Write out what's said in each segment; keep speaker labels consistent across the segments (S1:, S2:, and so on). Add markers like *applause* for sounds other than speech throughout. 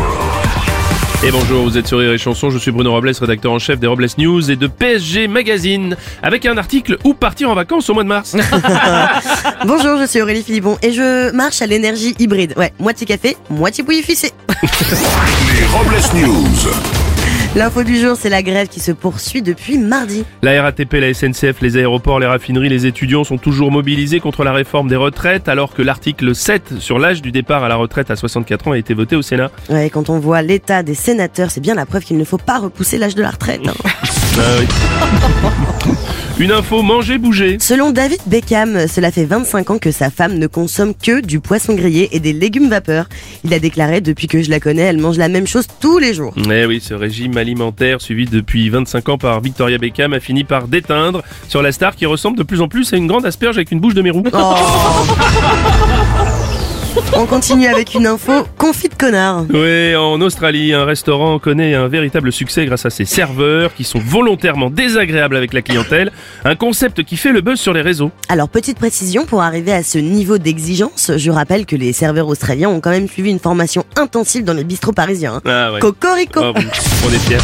S1: world.
S2: Et bonjour, vous êtes sur Rire et Chanson, je suis Bruno Robles, rédacteur en chef des Robles News et de PSG Magazine, avec un article Où partir en vacances au mois de mars
S3: Bonjour, je suis Aurélie Philippon et je marche à l'énergie hybride. Ouais, moitié café, moitié bouillie ficée.
S1: Les Robles News.
S3: L'info du jour, c'est la grève qui se poursuit depuis mardi.
S2: La RATP, la SNCF, les aéroports, les raffineries, les étudiants sont toujours mobilisés contre la réforme des retraites, alors que l'article 7 sur l'âge du départ à la retraite à 64 ans a été voté au Sénat.
S3: Ouais, et quand on voit l'état des sénateurs, c'est bien la preuve qu'il ne faut pas repousser l'âge de la retraite. hein.
S2: Une info, manger, bouger.
S3: Selon David Beckham, cela fait 25 ans que sa femme ne consomme que du poisson grillé et des légumes vapeur. Il a déclaré depuis que je la connais, elle mange la même chose tous les jours.
S2: Eh oui, ce régime alimentaire suivi depuis 25 ans par Victoria Beckham a fini par déteindre sur la star qui ressemble de plus en plus à une grande asperge avec une bouche de mérou.
S3: On continue avec une info confit de connard.
S2: Oui, en Australie, un restaurant connaît un véritable succès grâce à ses serveurs qui sont volontairement désagréables avec la clientèle, un concept qui fait le buzz sur les réseaux.
S3: Alors, petite précision, pour arriver à ce niveau d'exigence, je rappelle que les serveurs australiens ont quand même suivi une formation intensive dans les bistrots parisiens. hein.
S2: Ah ouais.
S3: Cocorico
S2: Oh, on est fiers.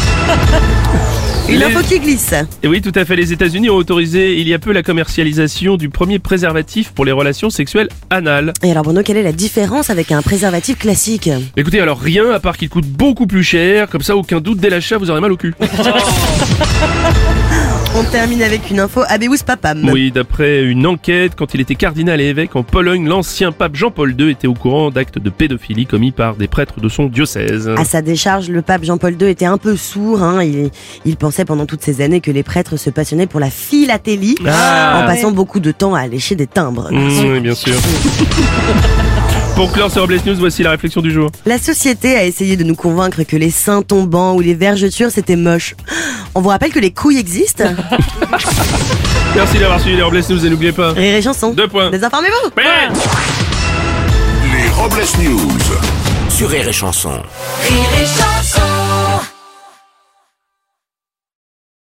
S3: Une
S2: les-
S3: info qui glisse
S2: Et oui, tout à fait, les États-Unis ont autorisé il y a peu la commercialisation du premier préservatif pour les relations sexuelles anales.
S3: Et alors Bruno, quelle est la différence avec un préservatif classique
S2: Écoutez, alors rien à part qu'il coûte beaucoup plus cher, comme ça aucun doute dès l'achat vous aurez mal au *laughs* cul.
S3: On termine avec une info Abeus Papam.
S2: Oui, d'après une enquête, quand il était cardinal et évêque en Pologne, l'ancien pape Jean-Paul II était au courant d'actes de pédophilie commis par des prêtres de son diocèse.
S3: À sa décharge, le pape Jean-Paul II était un peu sourd. hein. Il, il pensait pendant toutes ces années que les prêtres se passionnaient pour la philatélie,
S2: Ah.
S3: en passant beaucoup de temps à lécher des timbres.
S2: Mmh, oui, bien sûr. Pour clore sur Robles News, voici la réflexion du jour.
S3: La société a essayé de nous convaincre que les seins tombants ou les vergetures c'était moche. On vous rappelle que les couilles
S2: *laughs*
S3: existent
S2: Merci d'avoir suivi les Robles News et n'oubliez pas.
S3: Rire et chanson.
S2: Deux points.
S3: Désinformez-vous
S2: Ouais.
S1: Les Robles News.
S4: Sur Rire et Chanson.
S5: Rire et chanson